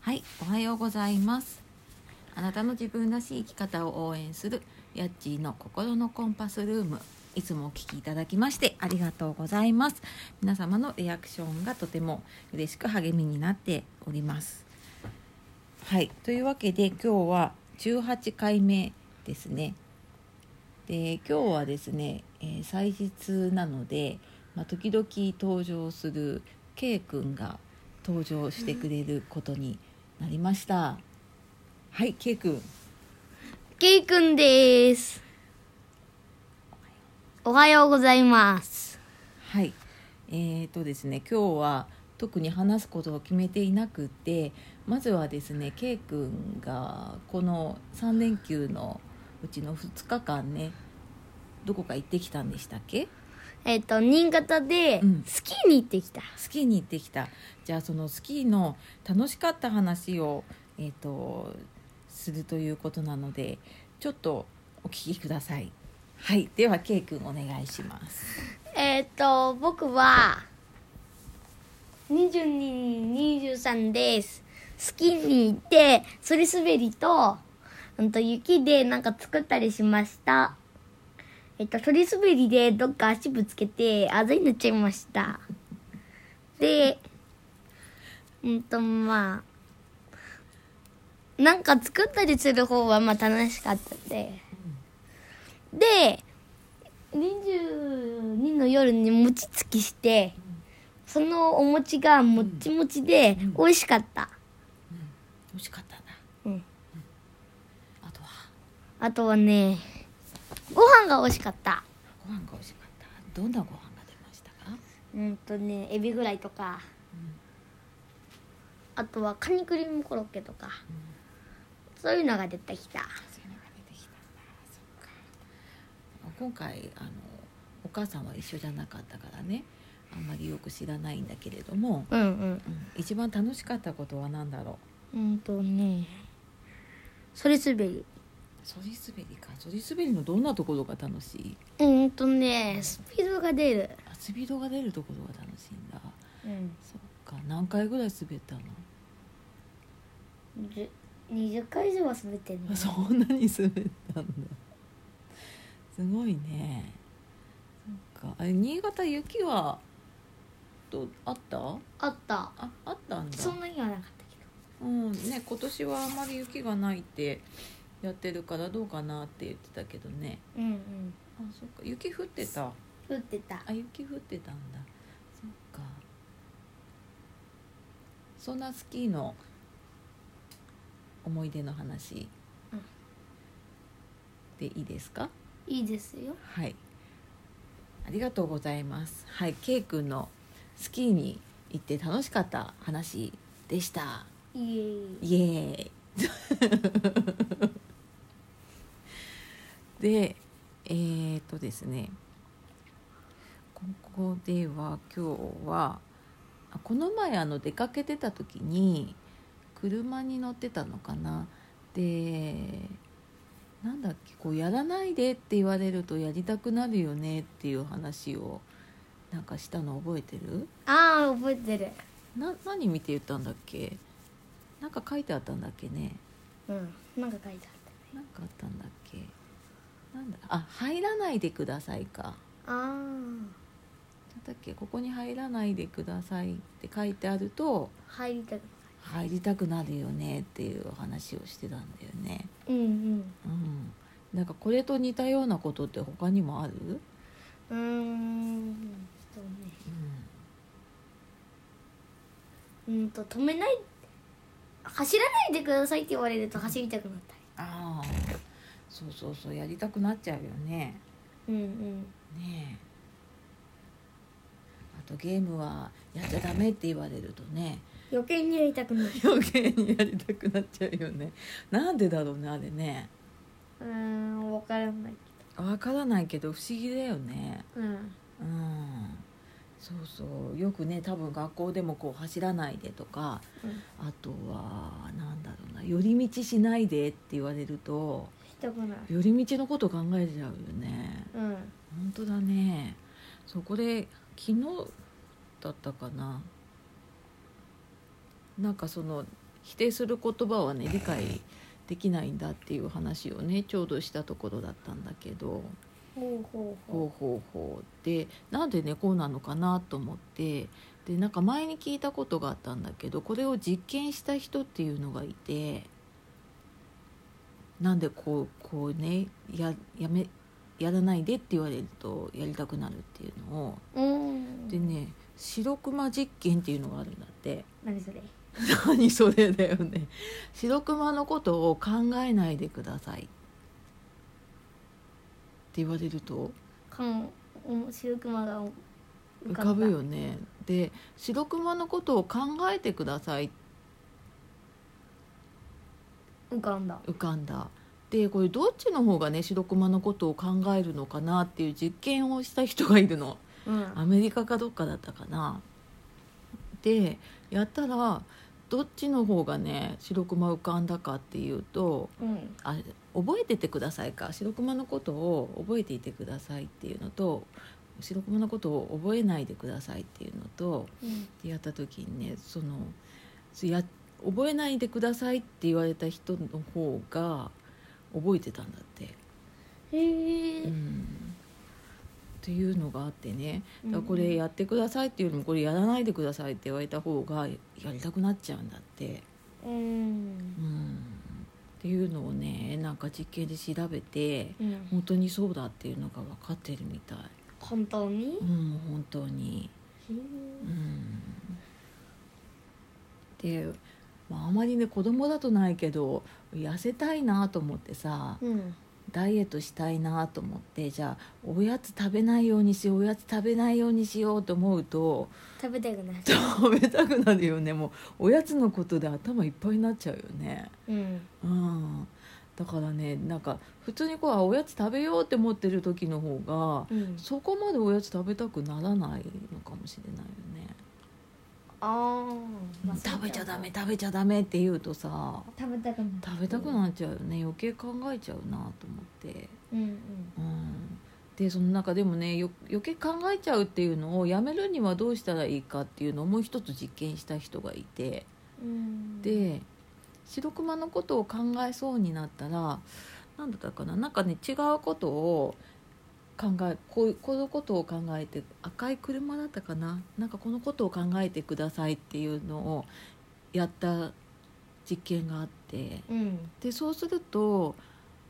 はい、おはようございます。あなたの自分らしい生き方を応援するヤッチーの心のコンパスルーム。いつもお聞きいただきましてありがとうございます。皆様のリアクションがとても嬉しく励みになっております。はい、というわけで今日は18回目ですね。で今日はですね、えー祭日なので、まあ、時々登場する K 君が登場してくれることになりました。はい K 君ケイくんです。おはようございます。はいえー、とですね今日は特に話すことを決めていなくてまずはですね K 君がこの3連休のうちの2日間ねどこか行ってきたんでしたっけえっ、と、新潟でうんスキーに行ってきた。スキーに行ってきたじゃあそのスキーの楽しかった話を、えー、とするということなのでちょっとお聞きくださいはいでは K 君お願いしますえっ、と、僕は、22、23です。スキーに行って、そり滑りと、うんと雪でなんか作ったりしました。えっ、と、そり滑りでどっか足ぶつけて、あざになっちゃいました。で、うんと、まあ、なんか作ったりする方はまあ楽しかったんで。で、22の夜に餅つきしてそのお餅がもっちもちで美味しかった、美味しかったなうん、あとはあとはねご飯が美味しかったご飯が美味しかったどんなご飯が出ましたかうんとねエビフライとか、あとはカニクリームコロッケとか、そういうのが出てきたそういうのが出てきたんだそっか今回あのお母さんは一緒じゃなかったからねあんまりよく知らないんだけれども、うんうんうん一番楽しかったことは何だろうんとねそれ滑りうそり滑りかそり滑りのどんなところが楽しいうんとねスピードが出る、あスピードが出るところが楽しいんだうん、そっか何回ぐらい滑ったの20回以上は滑ってる そんなに滑ったんだすごいねそっかあれ新潟雪はとあったあったああったんだそんなにはなかったけどうんね今年はあまり雪がないってやってるからどうかなって言ってたけどねうんうんあそっか雪降ってた降ってたあ雪降ってたんだそっかそんなスキーの思い出の話うんでいいですかいいですよはい。ありがとうございます。はい、ケイ君のスキーに行って楽しかった話でした。いえいえイエーイ。 で、えー、っとですね。ここでは今日はあこの前あの出かけてた時に車に乗ってたのかなでなんだっけこうやらないでって言われるとやりたくなるよねっていう話をなんかしたの覚えてるああ覚えてるな何見て言ったんだっけなんか書いてあったんだっけねうんなんか書いてあっなんかあったんだっけなんだあ入らないでくださいかたあなんだっけここに入らないでくださいって書いてあるとあ入りたく入りたくなるよねっていう話をしてたんだよねうんうんなんかこれと似たようなことって他にもある、うん、うんうーんとねうんと止めない走らないでくださいって言われると走りたくなったああそうそうそうやりたくなっちゃうよねりうんねえあとゲームはやっちゃダメって言われるとねうん余計にやりたくなる余計にやりたくなっちゃうよねなんでだろうねあれねうーんわからないわからないけど不思議だよねうんうんそうそうよくね多分学校でもこう走らないでとかあとはなんだろうな寄り道しないでって言われるとしたくない寄り道のこと考えちゃうよねうん本当だねそうこれ昨日だったかななんかその否定する言葉はね理解できないんだっていう話をねちょうどしたところだったんだけどほうほうほほうほうほうでなんでねこうなのかなと思ってでなんか前に聞いたことがあったんだけどこれを実験した人っていうのがいてなんでこうこうねややめやらないでって言われるとやりたくなるっていうのをう。うん。でね白熊実験っていうのがあるんだって。 何それ。何それだよね白熊のことを考えないでくださいって言われるとかん、おも、白熊が浮かぶ。よねで白熊のことを考えてください浮かんだ。浮かんだでこれどっちの方がね白熊のことを考えるのかなっていう実験をした人がいるのうん。アメリカかどっかだったかなでやったらどっちの方がね白熊浮かんだかっていうとうん。あ覚えててくださいか白熊のことを覚えていてくださいっていうのと白熊のことを覚えないでくださいっていうのとうん。ってやった時にねそのそうや覚えないでくださいって言われた人の方が覚えてたんだって。へうえ。んっていうのがあってねだからうんこれやってくださいっていうよりもこれやらないでくださいって言われた方がやりたくなっちゃうんだって。うう。んんっていうのをねなんか実験で調べてうん。本当にそうだっていうのが分かってるみたい。簡単にう。ん本当にへうんで、まあ、あまりね子供だとないけど痩せたいなと思ってさえ。うん。ダイエットしたいなと思ってじゃあおやつ食べないようにしようおやつ食べないようにしようと思うと食べたくない。食べたくなるよねもうおやつのことで頭いっぱいになっちゃうよね。うん。うんだからねなんか普通にこうあおやつ食べようって思ってる時の方がうん。そこまでおやつ食べたくならないのかもしれないよね。ああ。まあ食べちゃダメ。食べちゃダメって言うとさ食べたくない。食べたくなっちゃうよね余計考えちゃうなと思って、うんうん。うん、でその中でもねよ余計考えちゃうっていうのをやめるにはどうしたらいいかっていうのをもう一つ実験した人がいてうん。で白熊のことを考えそうになったら何だったかななんかね違うことを考えこうこのことを考えて赤い車だったかななんかこのことを考えてくださいっていうのをやった実験があってうんでそうすると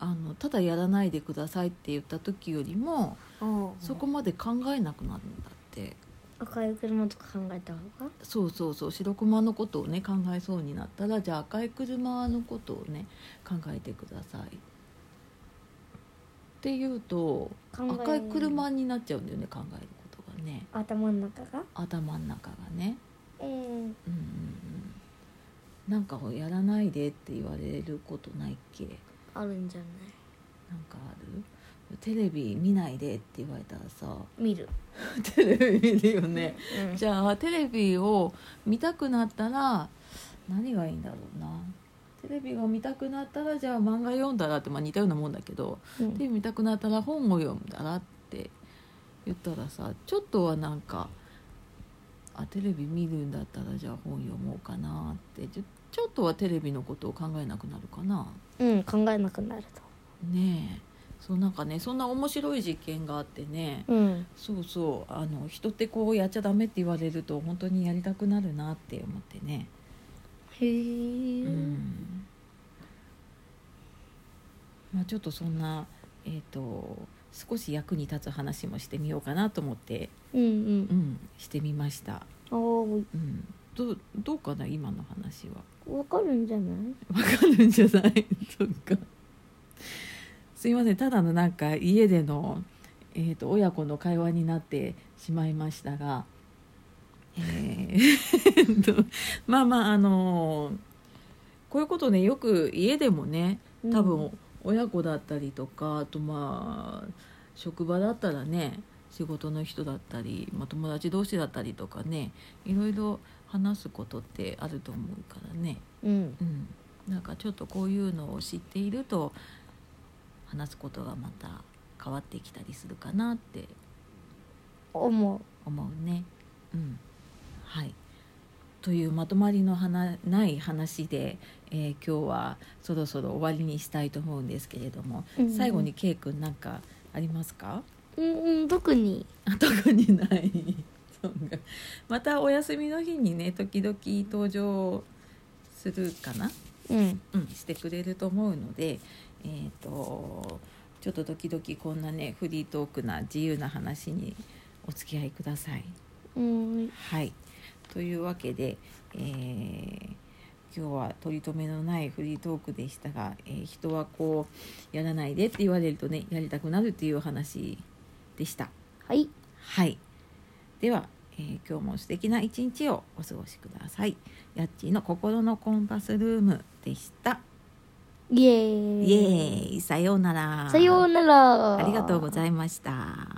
あのただやらないでくださいって言った時よりもああそこまで考えなくなるんだって。赤い車とか考えた方がそうそうそう白熊のことをね考えそうになったらじゃあ赤い車のことをね考えてくださいって言うと考え赤い車になっちゃうんだよね考えることがね頭の中が頭の中がねええうんうんうんなんかやらないでって言われることないっけあるんじゃないなんかあるテレビ見ないでって言われたらさ 見るテレビ見るよねうん じゃあテレビを見たくなったら何がいいんだろうなテレビが見たくなったらじゃあ漫画読んだらって、まあ、似たようなもんだけどテレビ見たくなったら本を読んだらって言ったらさちょっとはなんかあテレビ見るんだったらじゃあ本読もうかなってちょちょっとはテレビのことを考えなくなるかな。うん考えなくなるねえそうなんかねそんな面白い実験があってね、とうんそうそうあの人ってこうやっちゃダメって言われると本当にやりたくなるなって思ってね、へうえんまあ、ちょっとそんな、えー、と少し役に立つ話もしてみようかなと思って、うんうんうん、してみました、あうん、どうどうかな今の話はあわかるんじゃないわかるんじゃないそっかすいませんただのなんか家での、えー、と親子の会話になってしまいましたがえーとまあまああのーこういうことねよく家でもね多分親子だったりとかあとまあ職場だったらね仕事の人だったり、まあ、友達同士だったりとかねいろいろ話すことってあると思うからね。うんうん、なんかちょっとこういうのを知っていると話すことがまた変わってきたりするかなって思う思うね。うん、はいというまとまりのはなない話で、えー今日はそろそろ終わりにしたいと思うんですけれども、うん最後に K 君なんかありますか うんうん特にあ特にないそうかまたお休みの日にね時々登場するかな、うんうん、してくれると思うのでえー、とちょっと時々こんなねフリートークな自由な話にお付き合いください。うんはい、というわけで、えー今日は取り留めのないフリートークでしたが、えー人はこうやらないでって言われるとねやりたくなるっていうお話でした。はいはい、では、えー今日も素敵な一日をお過ごしください。やっちーの心のコンパスルームでした。イエーイイエーイ、さようなら。さようならありがとうございました。